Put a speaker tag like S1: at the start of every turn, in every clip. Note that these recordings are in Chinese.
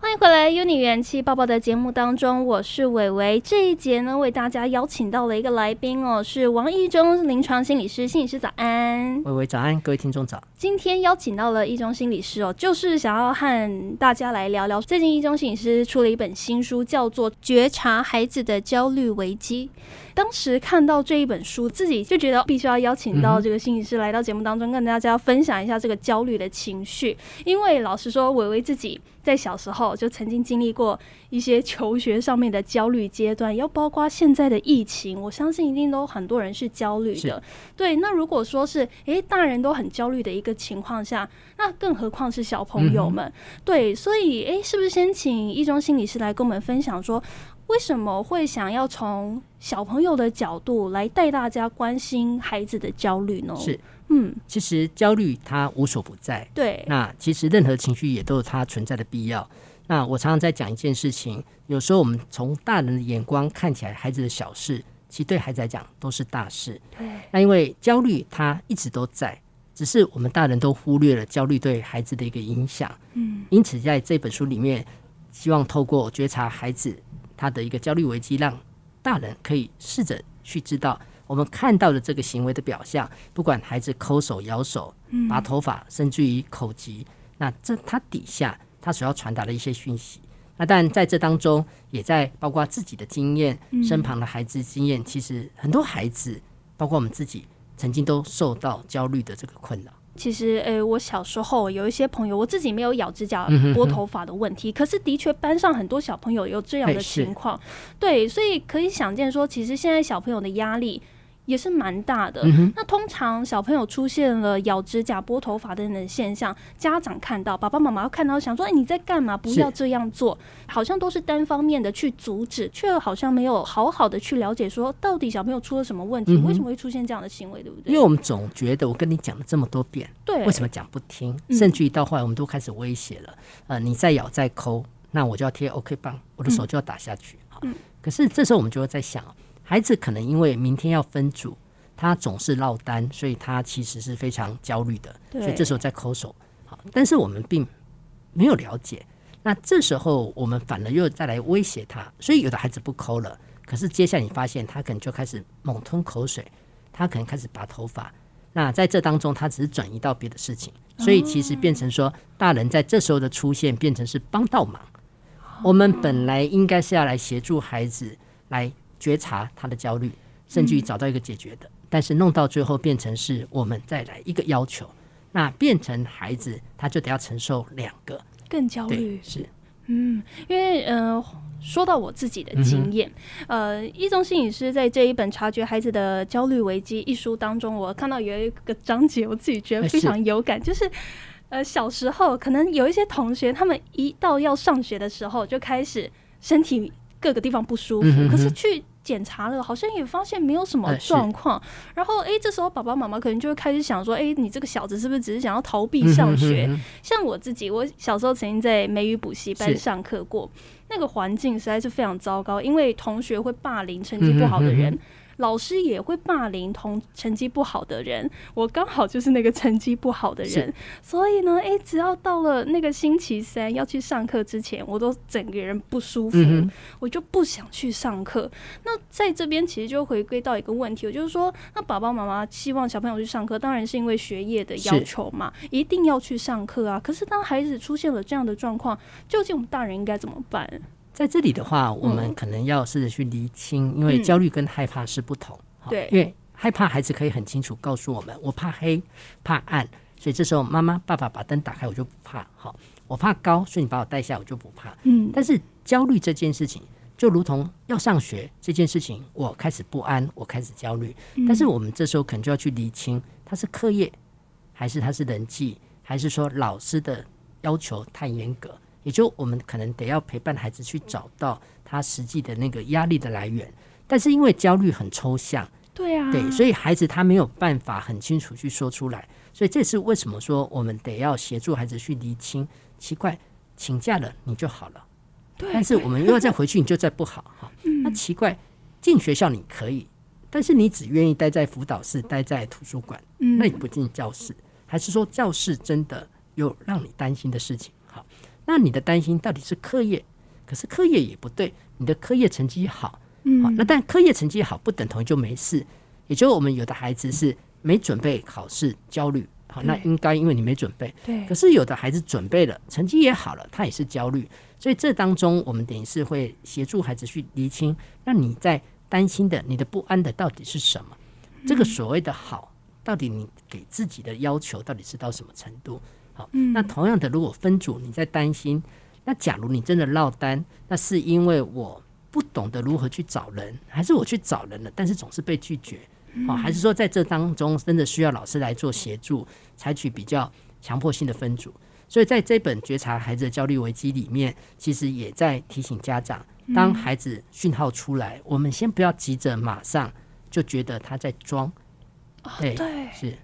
S1: 回来 Uni 元气爆爆的节目当中，我是伟伟。这一节呢，为大家邀请到了一个来宾哦，是王一中临床心理师。心理师早安，
S2: 伟伟早安，各位听众早。
S1: 今天邀请到了一中心理师哦，就是想要和大家来聊聊，最近一中心理师出了一本新书，叫做《觉察孩子的焦虑危机》。当时看到这一本书，自己就觉得必须要邀请到这个心理师来到节目当中，跟大家分享一下这个焦虑的情绪。因为老实说，伟伟自己在小时候就曾经经历过一些求学上面的焦虑阶段，要包括现在的疫情，我相信一定都很多人是焦虑的
S2: 是。
S1: 对，那如果说是诶大人都很焦虑的一个情况下，那更何况是小朋友
S2: 嗯
S1: 们？对，所以诶，是不是先请一中心理师来跟我们分享说，为什么会想要从小朋友的角度来带大家关心孩子的焦虑呢？
S2: 是，
S1: 嗯，
S2: 其实焦虑它无所不在，
S1: 对，
S2: 那其实任何情绪也都有它存在的必要。那我常常在讲一件事情，有时候我们从大人的眼光看起来孩子的小事，其实对孩子来讲都是大事。
S1: 对，
S2: 那因为焦虑它一直都在，只是我们大人都忽略了焦虑对孩子的一个影响。
S1: 嗯，
S2: 因此在这本书里面，希望透过觉察孩子他的一个焦虑危机，让大人可以试着去知道我们看到的这个行为的表象，不管孩子抠手、咬手、拔头发，甚至于口疾，那这它底下他所要传达的一些讯息。那但在这当中，也在包括自己的经验、身旁的孩子经验，其实很多孩子，包括我们自己，曾经都受到焦虑的这个困扰。
S1: 其实，诶、我小时候有一些朋友，我自己没有咬指甲
S2: 嗯、哼
S1: 拨头发的问题，可是的确班上很多小朋友有这样的
S2: 哎是
S1: 情况，对，所以可以想见说，其实现在小朋友的压力也是蛮大的。
S2: 嗯
S1: 那通常小朋友出现了咬指甲、拨头发等等的现象，家长看到，爸爸妈妈看到，想说：“哎、你在干嘛？不
S2: 是
S1: 要这样做。”好像都是单方面的去阻止，却好像没有好好的去了解说到底小朋友出了什么问题，
S2: 嗯哼
S1: 为什么会出现这样的行为，对不
S2: 因为
S1: 对？
S2: 我们总觉得我跟你讲了这么多遍，
S1: 对，
S2: 为什么讲不听？
S1: 嗯
S2: 甚至于到后来，我们都开始威胁了，呃，你再咬再抠，那我就要贴 OK 棒，我的手就要打下去。
S1: 嗯
S2: 好可是这时候我们就会在想，孩子可能因为明天要分组，他总是落单，所以他其实是非常焦虑的，
S1: 对
S2: 所以这时候在抠手。好，但是我们并没有了解，那这时候我们反而又再来威胁他，所以有的孩子不抠了，可是接下来你发现他可能就开始猛吞口水，他可能开始拔头发。那在这当中，他只是转移到别的事情，所以其实变成说，大人在这时候的出现变成是帮倒忙。我们本来应该是要来协助孩子来觉察他的焦虑，甚至于找到一个解决的，但是弄到最后变成是我们再来一个要求，那变成孩子他就得要承受两个，
S1: 更焦虑
S2: 对，？是
S1: 嗯，因为呃，说到我自己
S2: 嗯
S1: 的经验，呃，一中心理师在这一本《察觉孩子的焦虑危机》一书当中，我看到有一个章节，我自己觉得
S2: 哎
S1: 非
S2: 是
S1: 常有感，就是。呃，小时候可能有一些同学，他们一到要上学的时候就开始身体各个地方不舒服，
S2: 嗯哼哼
S1: 可是去检查了，好像也发现没有什么
S2: 哎是
S1: 状况。然后，哎、这时候爸爸妈妈可能就会开始想说，哎、你这个小子是不是只是想要逃避上学？
S2: 嗯哼哼
S1: 像我自己，我小时候曾经在美语补习班
S2: 是
S1: 上课过，那个环境实在是非常糟糕，因为同学会霸凌成绩不好的人。
S2: 嗯
S1: 老师也会霸凌同成绩不好的人，我刚好就是那个成绩不好的人，所以呢，诶，只要到了那个星期三要去上课之前，我都整个人不舒服，
S2: 嗯哼
S1: 我就不想去上课。那在这边其实就回归到一个问题，我就是说，那爸爸妈妈希望小朋友去上课，当然是因为学业的要求嘛，一定要去上课啊。可是当孩子出现了这样的状况，究竟我们大人应该怎么办？
S2: 在这里的话，我们可能要试着去厘清，因为焦虑跟害怕是不同。好
S1: 对
S2: 因为害怕孩子可以很清楚告诉我们，我怕黑，怕暗，所以这时候妈妈、爸爸把灯打开，我就不怕。好，我怕高，所以你把我带下，我就不怕。
S1: 嗯，
S2: 但是焦虑这件事情，就如同要上学这件事情，我开始不安，我开始焦虑。
S1: 嗯
S2: 但是我们这时候可能就要去厘清，它是课业，还是它是人际，还是说老师的要求太严格？也就我们可能得要陪伴孩子去找到他实际的那个压力的来源。但是因为焦虑很抽象，
S1: 对啊，
S2: 对，所以孩子他没有办法很清楚去说出来，所以这是为什么说我们得要协助孩子去厘清。奇怪，请假了你就好了。
S1: 对嗯
S2: 但是我们又要再回去，你就再不好哈。那奇怪，进学校你可以，但是你只愿意待在辅导室、待在图书馆，
S1: 嗯
S2: 那你不进教室，还是说教室真的有让你担心的事情？好，那你的担心到底是课业，可是课业也不对，你的课业成绩好，好，那但课业成绩好不等同于就没事，也就是我们有的孩子是没准备考试焦虑，好，那应该因为你没准备，
S1: 对
S2: 可，是有的孩子准备了，成绩也好了，他也是焦虑，所以这当中我们等于是会协助孩子去厘清，那你在担心的、你的不安的到底是什么？这个所谓的好，到底你给自己的要求到底是到什么程度？好，那同样的，如果分组你在担心，那假如你真的落单，那是因为我不懂得如何去找人，还是我去找人了，但是总是被拒绝？哦，还是说在这当中真的需要老师来做协助，采取比较强迫性的分组。所以在这本《觉察孩子的焦虑危机》里面，其实也在提醒家长，当孩子讯号出来，我们先不要急着马上就觉得他在装。哦对
S1: 对，
S2: 是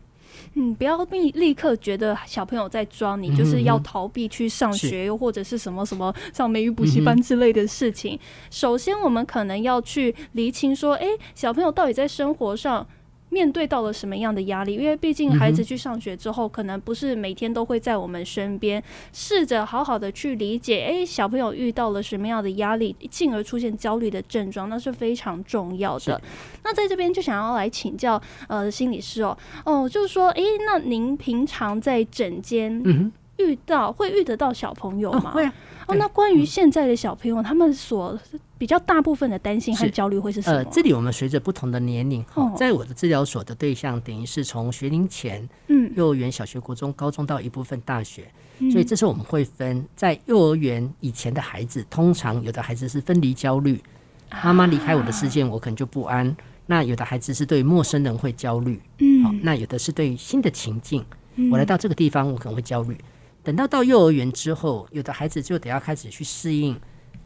S1: 嗯，不要立立刻觉得小朋友在装你，就是要逃避去上学，
S2: 嗯是嗯
S1: 又或者是什么什么上美语补习班之类的事情。首先，我们可能要去厘清说，诶，小朋友到底在生活上。面对到了什么样的压力？因为毕竟孩子去上学之后，可能不是每天都会在我们身边。试着好好的去理解，诶，小朋友遇到了什么样的压力，进而出现焦虑的症状，那是非常重要的
S2: 是。
S1: 那在这边就想要来请教呃心理师哦，哦，就是说，诶，那您平常在诊间
S2: 嗯
S1: 遇到会遇得到小朋友
S2: 哼，哦
S1: 吗？
S2: 会啊，
S1: 哦，那关于现在的小朋友，他们所比较大部分的担心和
S2: 是
S1: 焦虑会是什么？
S2: 呃，这里我们随着不同的年龄，
S1: 哦
S2: 哈，在我的治疗所的对象，等于是从学龄前、
S1: 嗯
S2: 幼儿园、小学、国中、高中到一部分大学，
S1: 嗯
S2: 所以这时候我们会分，在幼儿园以前的孩子，通常有的孩子是分离焦虑，
S1: 啊
S2: 妈妈离开我的事件，我可能就不安。那有的孩子是对陌生人会焦虑，
S1: 嗯
S2: 好、那有的是对于新的情境，我来到这个地方，我可能会焦虑。等到到幼儿园之后，有的孩子就得要开始去适应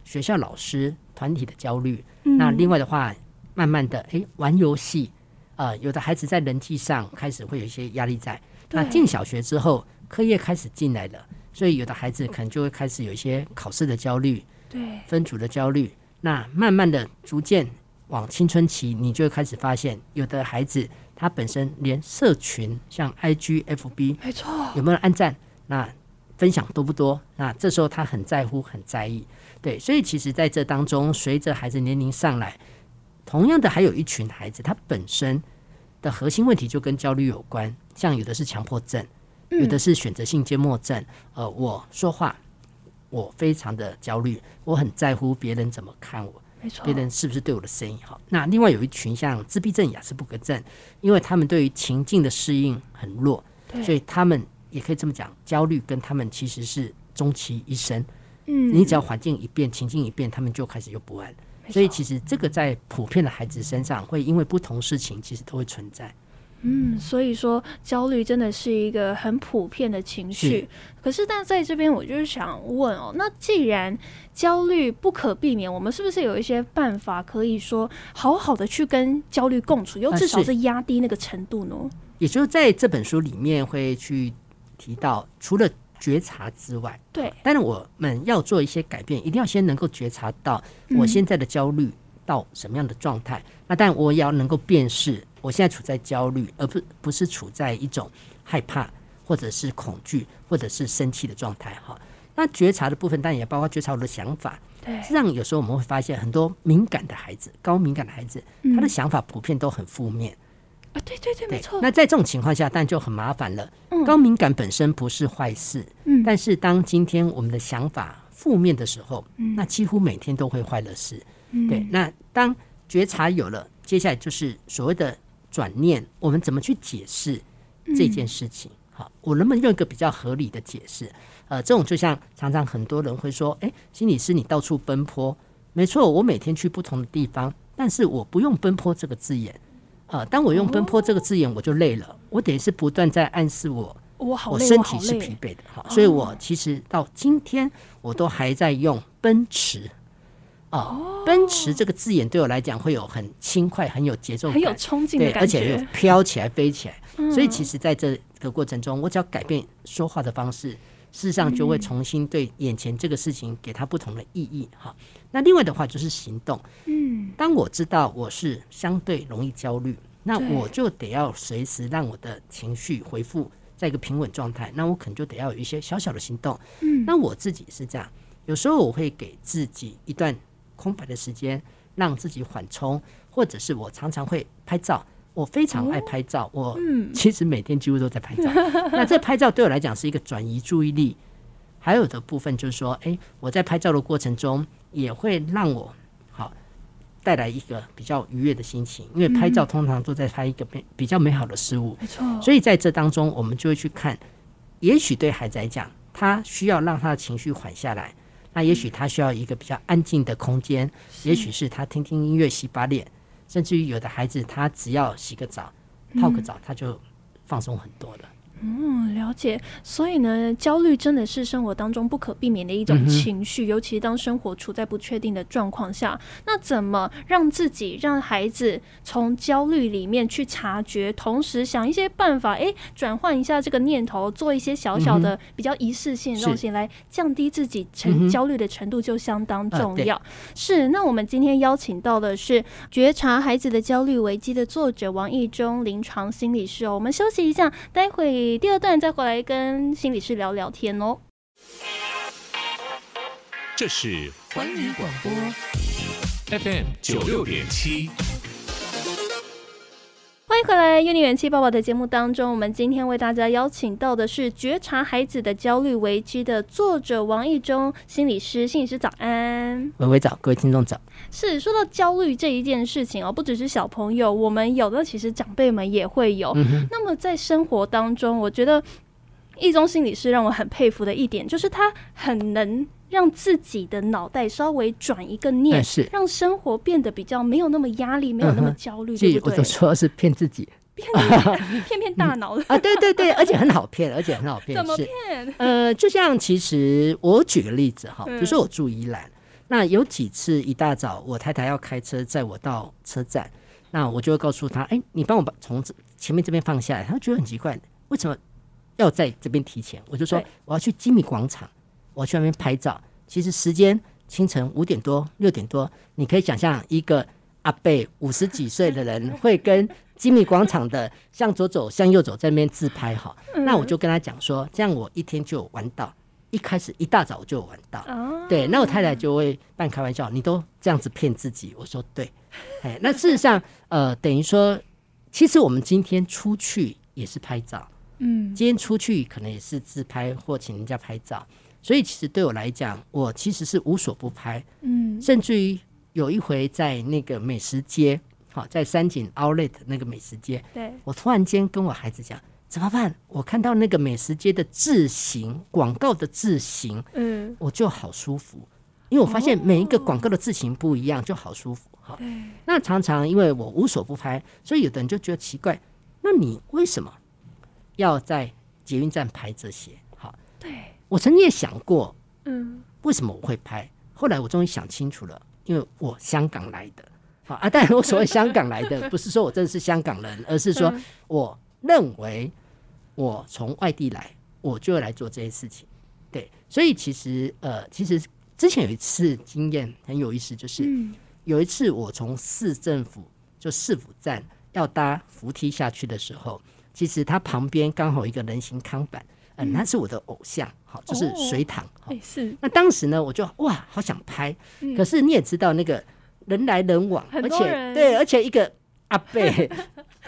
S2: 学校老师团体的焦虑。
S1: 嗯
S2: 那另外的话，慢慢的，诶，玩游戏，呃，有的孩子在人际上开始会有一些压力在。那
S1: 对
S2: 进小学之后，课业开始进来了，所以有的孩子可能就会开始有一些考试的焦虑，
S1: 对，
S2: 分组的焦虑。那慢慢的，逐渐往青春期，你就会开始发现，有的孩子他本身连社群，像 IG、FB
S1: 没错，
S2: 有没有人按赞，那分享多不多，那这时候他很在乎、很在意。对，所以其实在这当中，随着孩子年龄上来，同样的还有一群孩子，他本身的核心问题就跟焦虑有关，像有的是强迫症，有的是选择性缄默症。呃，我说话，我非常的焦虑，我很在乎别人怎么看我，
S1: 没错，
S2: 别人是不是对我的声音好。那另外有一群像自闭症、雅斯伯格症，因为他们对于情境的适应很弱，所以他们也可以这么讲，焦虑跟他们其实是终其一生。
S1: 嗯
S2: 你只要环境一变，情境一变，他们就开始又不安。所以其实这个在普遍的孩子身上，会因为不同事情，其实都会存在。
S1: 嗯，所以说焦虑真的是一个很普遍的情绪。可是，但在这边我就是想问哦，那既然焦虑不可避免，我们是不是有一些办法可以说好好的去跟焦虑共处，又
S2: 啊
S1: 至少
S2: 是
S1: 是压低那个程度呢？
S2: 也就是在这本书里面会去提到，除了觉察之外，
S1: 对，
S2: 但是我们要做一些改变，一定要先能够觉察到我现在的焦虑到什么样的状态。那但我也要能够辨识我现在处在焦虑，而不不是处在一种害怕或者是恐惧或者是生气的状态哈。那觉察的部分，当然也包括觉察我的想法。
S1: 对
S2: 实际上有时候我们会发现，很多敏感的孩子，高敏感的孩子，他的想法普遍都很负面。
S1: 啊，对对对，没
S2: 对
S1: 错，，
S2: 那在这种情况下，但就很麻烦了。高敏感本身不是坏事，
S1: 嗯
S2: 但是当今天我们的想法负面的时候，
S1: 嗯
S2: 那几乎每天都会坏的事。对，那当觉察有了，接下来就是所谓的转念，我们怎么去解释
S1: 嗯
S2: 这件事情？好，我能不能用一个比较合理的解释？呃，这种就像常常很多人会说，哎，心理师你到处奔波，没错，我每天去不同的地方，但是我不用奔波这个字眼。呃，当我用
S1: 哦
S2: 奔波这个字眼，我就累了。我等于是不断在暗示我，
S1: 我好
S2: 我
S1: 累，
S2: 身
S1: 好
S2: 体是疲
S1: 累，啊
S2: 惫的，好，所以我其实到今天我都还在用奔驰，哦，奔驰这个字眼对我来讲会有很轻快、很有节奏
S1: 很有
S2: 感，
S1: 冲劲
S2: 对
S1: 的，
S2: 而
S1: 感
S2: 且有
S1: 觉。嗯
S2: 飘起来、飞起来。所以其实在这个过程中，我只要改变说话的方式，事实上就
S1: 嗯
S2: 会重新对眼前这个事情给它不同的意义。哈，那另外的话就是行动，嗯，当我知道我是相对容易焦虑，那
S1: 对
S2: 我就得要随时让我的情绪回复在一个平稳状态，那我可能就得要有一些小小的行动。嗯，那我自己是这样，有时候我会给自己一段空白的时间，让自己缓冲，或者是我常常会拍照。我非常
S1: 哦
S2: 爱拍照，我
S1: 嗯
S2: 其实每天几乎都在 拍照。那这拍照对我来讲是一个转移注意力，还有的部分就是说，诶，我在拍照的过程中也会让我好带来一个比较愉悦的心情，因为拍照通常都在拍一个美比较美好的事物，
S1: 嗯没错，
S2: 所以在这当中我们就会去看，也许对孩子来讲，他需要让他的情绪缓下来，那也许他需要一个比较安静的空间，也许是他听听音乐洗把脸，甚至于有的孩子他只要洗个澡、泡个澡，他就放松很多了。
S1: 嗯，了解。所以呢，焦虑真的是生活当中不可避免的一
S2: 嗯
S1: 种情绪，尤其当生活处在不确定的状况下，那怎么让自己、让孩子从焦虑里面去察觉，同时想一些办法，诶，转换一下这个念头，做一些小小的、比较仪式性的
S2: 嗯是
S1: 东西，来降低自己
S2: 嗯
S1: 成
S2: 哼
S1: 焦虑的程度，就相当
S2: 呃
S1: 重
S2: 对
S1: 要。是，那我们今天邀请到的是《觉察孩子的焦虑危机》的作者王义中临床心理师哦。我们休息一下，待会第二段再回来跟心理师聊聊天哦。
S3: 这是环宇广播 FM 九六点七。
S1: 欢迎回来，《优尼元气爸爸》的节目当中，我们今天为大家邀请到的是《觉察孩子的焦虑危机》的作者王义中心理师。心理师早安。
S2: 微微早，各位听众早。
S1: 是说到焦虑这一件事情哦，不只是小朋友，我们有的其实长辈们也会有。那么在生活当中，我觉得一中心理师让我很佩服的一点，就是他很能让自己的脑袋稍微转一个念，
S2: 但嗯是，
S1: 让生活变得比较没有那么压力，没有那么
S2: 哎嗯哼
S1: 焦虑，
S2: 即
S1: 对
S2: 我
S1: 不
S2: 都
S1: 对？
S2: 说是骗自己
S1: 骗骗大脑的，
S2: 啊，对对对，而且很好骗，而且很好骗，
S1: 怎么
S2: 嗯是
S1: 骗？
S2: 呃，就像其实我举个例子哈，比如说我住宜兰，那有几次一大早我太太要开车载我到车站，那我就会告诉她，哎、你帮我把从这前面这边放下来，她觉得很奇怪，为什么要在这边提前？我就说
S1: 对
S2: 我要去金米广场，我要去那边拍照。其实时间清晨五点多、六点多，你可以想象一个阿贝五十几岁的人会跟金米广场的向左走、向右走在那边自拍哈。那我就跟他讲说，这样我一天就有玩到，一开始一大早就有玩到。
S1: 啊，
S2: 对，那我太太就会半开玩笑，你都这样子骗自己。我说对， 哎，那事实上，呃，等于说，其实我们今天出去也是拍照，
S1: 嗯，
S2: 今天出去可能也是自拍或请人家拍照，所以其实对我来讲，我其实是无所不拍，
S1: 嗯，
S2: 甚至于有一回在那个美食街，好，在三井 Outlet 那个美食街，
S1: 对，
S2: 我突然间跟我孩子讲。怎么办？我看到那个美食街的字型广告的字型，
S1: 嗯，
S2: 我就好舒服，因为我发现每一个广告的字型不一样，就好舒服哈。那常常因为我无所不拍，所以有的人就觉得奇怪，那你为什么要在捷运站拍这些？好，
S1: 对，
S2: 我曾经也想过，
S1: 嗯，
S2: 为什么我会拍？后来我终于想清楚了，因为我香港来的。好啊，当然我所谓香港来的，不是说我真的是香港人，而是说我认为我从外地来，我就会来做这些事情。对，所以其实呃，其实之前有一次经验很有意思，就是、有一次我从市政府就市府站要搭扶梯下去的时候，其实它旁边刚好有一个人行康板，嗯、那是我的偶像，好，就是
S1: 哦
S2: 隋唐，好
S1: 哎，是，
S2: 那当时呢，我就哇，好想拍，
S1: 嗯
S2: 可是你也知道那个人来人往，
S1: 很
S2: 而
S1: 多人
S2: 且对，而且一个阿 贝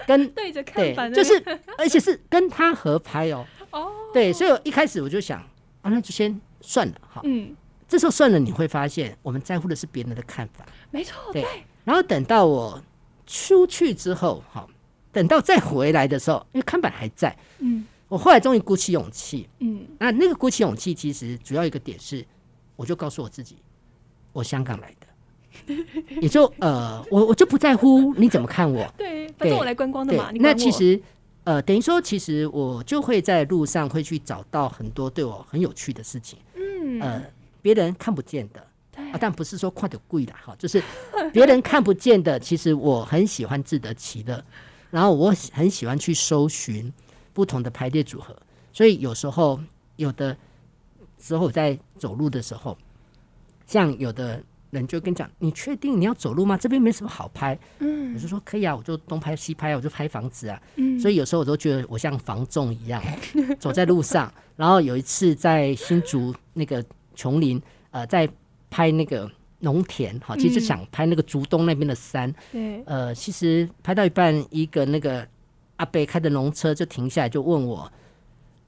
S2: 跟
S1: 对着看
S2: 对
S1: 板，的那
S2: 就是而且是跟他合拍哦，
S1: 哦，
S2: 对，所以我一开始我就想啊，那就先算了哈。
S1: 嗯，
S2: 这时候算了，你会发现我们在乎的是别人的看法，
S1: 没错，
S2: 对。然后等到我出去之后，好，等到再回来的时候，因为看板还在，
S1: 嗯
S2: 我后来终于鼓起勇气，
S1: 嗯，
S2: 那那个鼓起勇气，其实主要一个点是，我就告诉我自己，我香港来的，也就呃，我我就不在乎你怎么看我。
S1: 对，反正
S2: 对
S1: 我来观光的
S2: 对
S1: 嘛，，你
S2: 那
S1: 管
S2: 其
S1: 我
S2: 实呃，等于说，其实我就会在路上会去找到很多对我很有趣的事情，
S1: 嗯
S2: 呃，别人看不见的。啊，但不是说快的贵啦，哈，就是别人看不见的，其实我很喜欢自得其乐，然后我很喜欢去搜寻不同的排列组合，所以有时候有的时候我在走路的时候，像有的人就跟你讲，你确定你要走路吗？这边没什么好拍。我
S1: 嗯
S2: 就说可以啊，我就东拍西拍啊，我就拍房子啊。
S1: 嗯，
S2: 所以有时候我都觉得我像房仲一样，走在路上。然后有一次在新竹那个琼林，呃，在拍那个农田，好，其实
S1: 嗯
S2: 想拍那个竹东那边的山，
S1: 对，
S2: 呃，其实拍到一半，一个那个阿伯开的农车就停下来，就问我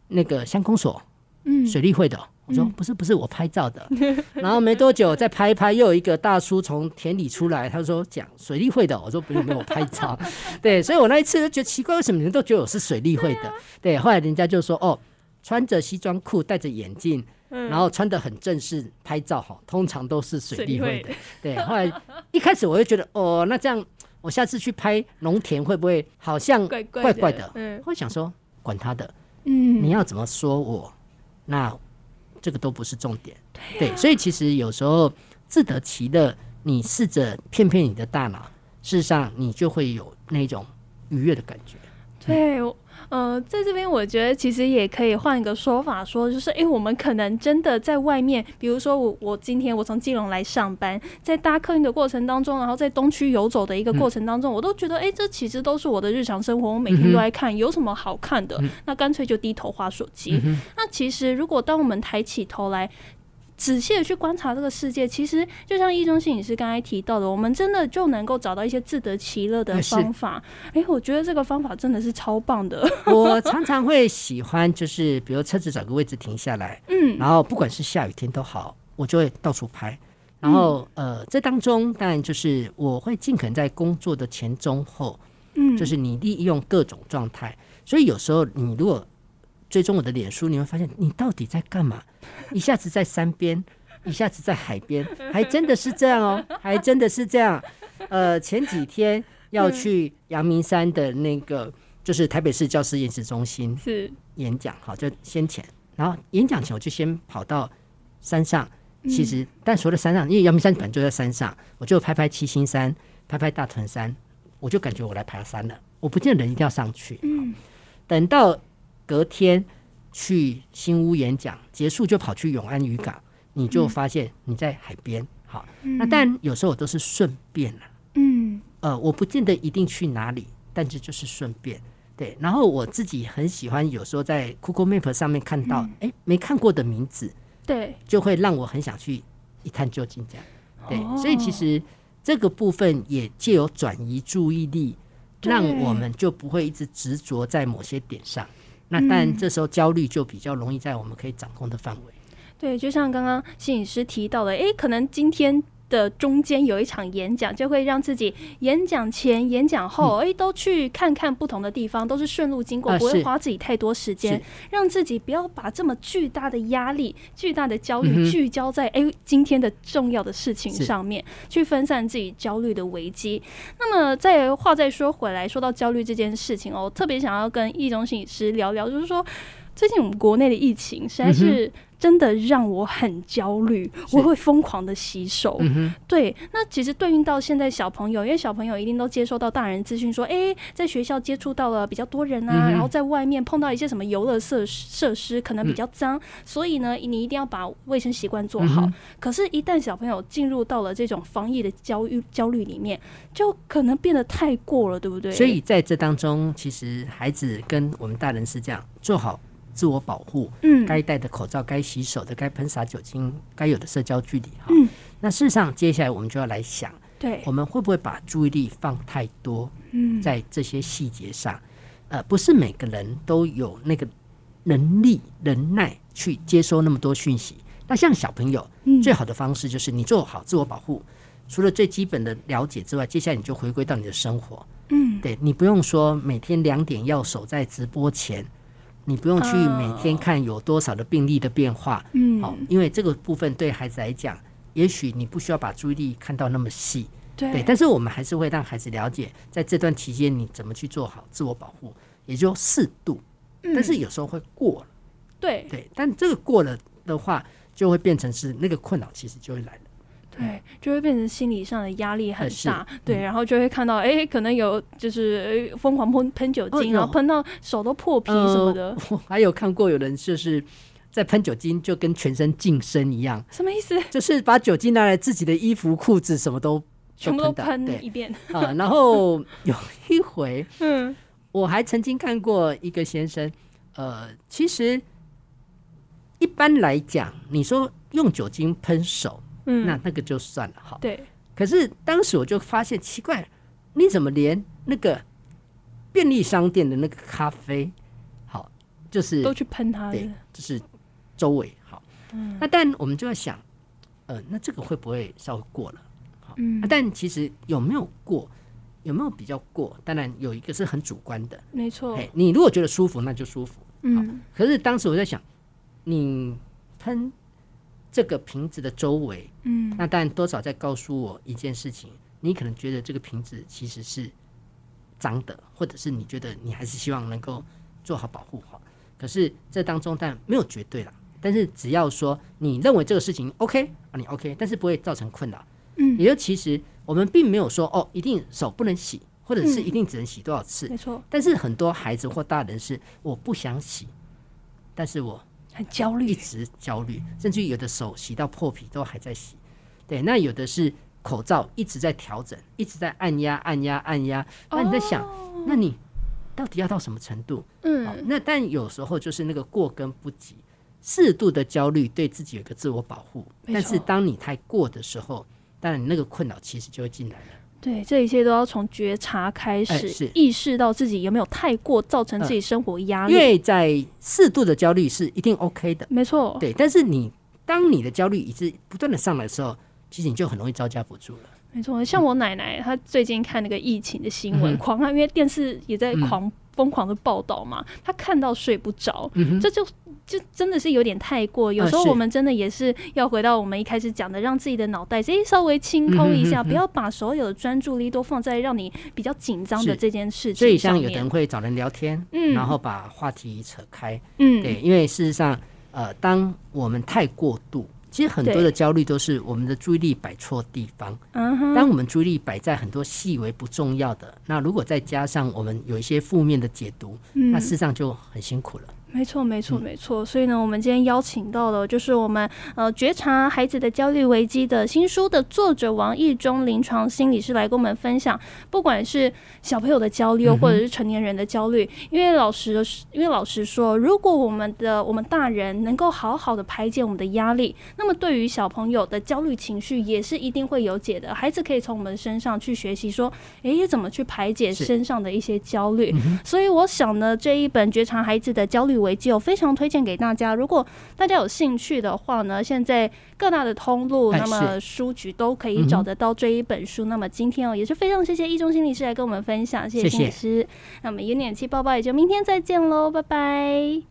S2: 那个乡公所
S1: 嗯，
S2: 水利会的哦。我说不是不是，我拍照的。然后没多久再拍一拍，又有一个大叔从田里出来，他说讲水利会的哦。我说不用没有，我拍 照。对，所以我那一次就觉得奇怪，为什么人都觉得我是水利会的？对，后来人家就说哦，穿着西装裤，戴着眼镜，
S1: 嗯
S2: 然后穿得很正式拍照哈，通常都是水利会的
S1: 水。
S2: 对，后来一开始我就觉得哦，那这样我下次去拍农田会不会好像
S1: 怪怪
S2: 怪怪
S1: 的
S2: 的
S1: 嗯
S2: 会想说管他的，
S1: 嗯，
S2: 你要怎么说我，那这个都不是重点。对，所以其实有时候自得其乐，你试着骗骗你的大脑，事实上你就会有那种愉悦的感觉。
S1: 对，我呃，在这边我觉得其实也可以换一个说法说，就是诶，我们可能真的在外面，比如说我我今天我从基隆来上班，在搭客运的过程当中，然后在东区游走的一个
S2: 嗯
S1: 过程当中，我都觉得诶，这其实都是我的日常生活，我每天都在看，有什么好看的？
S2: 嗯
S1: 那干脆就低头划手机。那其实如果当我们抬起头来。仔细的去观察这个世界，其实就像易中信也是刚才提到的，我们真的就能够找到一些自得其乐的
S2: 哎是
S1: 方法。哎、我觉得这个方法真的是超棒的。
S2: 我常常会喜欢，就是比如车子找个位置停下来，
S1: 嗯，
S2: 然后不管是下雨天都好，我就会到处拍。然后
S1: 嗯
S2: 呃，这当中当然就是我会尽可能在工作的前中后，
S1: 嗯
S2: 就是你利用各种状态。所以有时候你如果追踪我的脸书，你会发现你到底在 干嘛？一下子在山边，一下子在海边，还真的是这 样哦，还真的是这样。呃，前几天
S1: 嗯
S2: 要去阳明山的那个，就是台北市教师研习中心，
S1: 是，
S2: 演讲，好，就先前，然后演讲前我就先跑到山上，其实、但所谓的山上，因为阳明山本来就在山上，我就拍拍七星山，拍拍大屯山，我就感觉我来爬山了，我不见得人一定要上去。嗯，等到隔天去新屋演讲结束，就跑去永安渔港，你就发现你在海边。好，那但有时候我都是顺便啦
S1: 嗯
S2: 呃，我不见得一定去哪里，但是就是顺便。对，然后我自己很喜欢，有时候在 Google Map 上面看
S1: 嗯
S2: 到，哎、没看过的名字，
S1: 对，
S2: 就会让我很想去一探究竟。这样，对，
S1: 哦
S2: 所以其实这个部分也借由转移注意力，
S1: 对
S2: 让我们就不会一直执着在某些点上。那但
S1: 嗯
S2: 这时候焦虑就比较容易在我们可以掌控的范围。
S1: 对，就像刚刚心理师提到的，诶，可能今天。的中间有一场演讲，就会让自己演讲前、演讲后，诶，都去看看不同的地方，都是顺路经过，
S2: 嗯啊
S1: 不会
S2: 是
S1: 花自己太多时间
S2: 是，
S1: 让自己不要把这么巨大的压力、巨大的焦
S2: 嗯
S1: 虑
S2: 哼
S1: 聚焦在诶今天的重要的事情
S2: 是
S1: 上面，去分散自己焦虑的危机。那么再话再说回来，说到焦虑这件事情哦，我特别想要跟易中心理师聊聊，就是说最近我们国内的疫情实在是真的让我很焦虑，
S2: 嗯是
S1: 我会疯狂的洗手。
S2: 嗯哼，
S1: 对，那其实对应到现在小朋友，因为小朋友一定都接收到大人资讯说，诶，在学校接触到了比较多人
S2: 嗯
S1: 啊，
S2: 哼
S1: 然后在外面碰到一些什么游乐设施设施可能比较脏，所以呢，你一定要把卫生习惯做好。
S2: 嗯嗯哼
S1: 可是，一旦小朋友进入到了这种防疫的焦虑焦虑里面，就可能变得太过了，对不对？
S2: 所以在这当中，其实孩子跟我们大人是这样做好自我保护，
S1: 嗯
S2: 该戴的口罩、该洗手的、该喷洒酒精、该有的社交距离哈。
S1: 嗯
S2: 那事实上，接下来我们就要来想，
S1: 对
S2: 我，们会不会把注意力放太多
S1: 嗯
S2: 在这些细节上？呃，不是每个人都有那个能力、能耐去接收那么多讯息。那像小朋友，
S1: 嗯
S2: 最好的方式就是你做好自我保护。除了最基本的了解之外，接下来你就回归到你的生活。
S1: 嗯，
S2: 对你不用说每天两点要守在直播前，你不用去
S1: 哦
S2: 每天看有多少的病例的变化，
S1: 嗯
S2: 好、因为这个部分对孩子来讲，也许你不需要把注意力看到那么细，对，
S1: 对，
S2: 但是我们还是会让孩子了解，在这段期间你怎么去做好自我保护，也就适度，
S1: 嗯
S2: 但是有时候会过了，
S1: 对，
S2: 对，但这个过了的话，就会变成是那个困扰，其实就会来了。
S1: 对，就会变成心理上的压力很
S2: 呃嗯是
S1: 大，对，然后就会看到，哎，可能有就是呃疯狂喷喷酒
S2: 哦
S1: 精，然后
S2: 有哦
S1: 喷到手都破皮什么的
S2: 呃，我还有看过有人就是再喷酒精就跟全身净身一样，
S1: 什么意 思？
S2: 就是把酒精拿来自己的衣服、裤子什么都
S1: 全部都
S2: 到
S1: 喷
S2: 对
S1: 一遍。
S2: 啊、然后有一回，
S1: 嗯，
S2: 我还曾经看过一个先生，呃，其实一般来讲，你说用酒精喷手，
S1: 嗯
S2: 那那个就算了哈。
S1: 对，
S2: 可是当时我就发现奇怪，你怎么连那个便利商店的那个咖啡，好，就是
S1: 都去喷它
S2: 对
S1: 了。，
S2: 就是周围好。
S1: 嗯
S2: 那但我们就要想，呃，那这个会不会稍微过了？好，
S1: 嗯
S2: 啊但其实有没有过，有没有比较过？当然有一个是很主观的，
S1: 没错
S2: 哎、。你如果觉得舒服，那就舒服。
S1: 嗯，
S2: 可是当时我在想，你喷这个瓶子的周围，
S1: 嗯，
S2: 那当然多少在告诉我一件事情，你可能觉得这个瓶子其实是脏的，或者是你觉得你还是希望能够做好保护哈。可是这当中但没有绝对啦，但是只要说你认为这个事情 OK 啊，你 OK，但是不会造成困扰。
S1: 嗯
S2: 也就其实我们并没有说哦，一定手不能洗，或者
S1: 嗯
S2: 是一定只能洗多少次。
S1: 没错，
S2: 但是很多孩子或大人是我不想洗，但是我
S1: 很焦
S2: 一
S1: 虑。
S2: 直焦虑，甚至于有的手洗到破皮都还在洗。对，那有的是口罩一直在调整，一直在按压、按压、按压。那你在想，那你到底要到什么程度？好
S1: 哦嗯，
S2: 那但有时候就是那个过跟不及，适度的焦虑对自己有一个自我保护，
S1: 没
S2: 但
S1: 错
S2: 是当你太过的时候，当然你那个困扰其实就会进来了。
S1: 对，这一切都要从觉察开
S2: 哎
S1: 始
S2: 是，嗯
S1: 意识到自己有没有太过造成自己生活压
S2: 因
S1: 力。
S2: 为在适度的焦虑是一定 OK 的，
S1: 没错，
S2: 对。但是你当你的焦虑一直不断的上来的时候，其实你就很容易招架不住了。
S1: 没错。像我奶奶，她最近看那个疫情的新闻，
S2: 嗯哼
S1: 狂啊看，因为电视也在
S2: 嗯
S1: 狂疯狂的报道嘛，她看到睡不着，
S2: 嗯哼，啊
S1: 这就就真的是有点太过。有时候
S2: 是
S1: 我们真的也是要回到我们一开始讲的，让自己的脑袋诶稍微清空一下，
S2: 嗯哼嗯哼
S1: 不要把所有的专注力都放在让你比较紧张的
S2: 是
S1: 这件事情
S2: 所以像
S1: 上
S2: 有的人
S1: 面
S2: 会找人聊天，
S1: 嗯
S2: 然后把话题扯开，
S1: 嗯，
S2: 对，因为事实上，呃，当我们太过度，其实很多
S1: 对
S2: 的焦虑都是我们的注意力摆错地方。
S1: 嗯哼，
S2: 当我们注意力摆在很多细微不重要的，那如果再加上我们有一些负面的解读，
S1: 嗯
S2: 那事实上就很辛苦了。
S1: 没错，没错，没错。所以呢，我们今天邀请到的就是我们呃觉察孩子的焦虑危机的新书的作者王义中临床心理师来跟我们分享，不管是小朋友的
S2: 嗯
S1: 焦虑，或者是成年人的焦虑，因为老实的是，因为老实说，如果我们的我们大人能够好好的排解我们的压力，那么对于小朋友的焦虑情绪也是一定会有解的。孩子可以从我们身上去学习，说，诶，怎么去排解
S2: 是嗯
S1: 身上的一些焦虑？所以我想呢，这一本《觉察孩子的焦虑危机》我非常推荐给大家。如果大家有兴趣的话呢，现在各大的通路，
S2: 哎
S1: 那么书局都可以找得到这一本书。那么今天哦，也是非常谢谢一中心理师来跟我们分享，谢
S2: 谢
S1: 心理
S2: 谢
S1: 师。那么有点气爆爆也就明天再见喽，拜拜。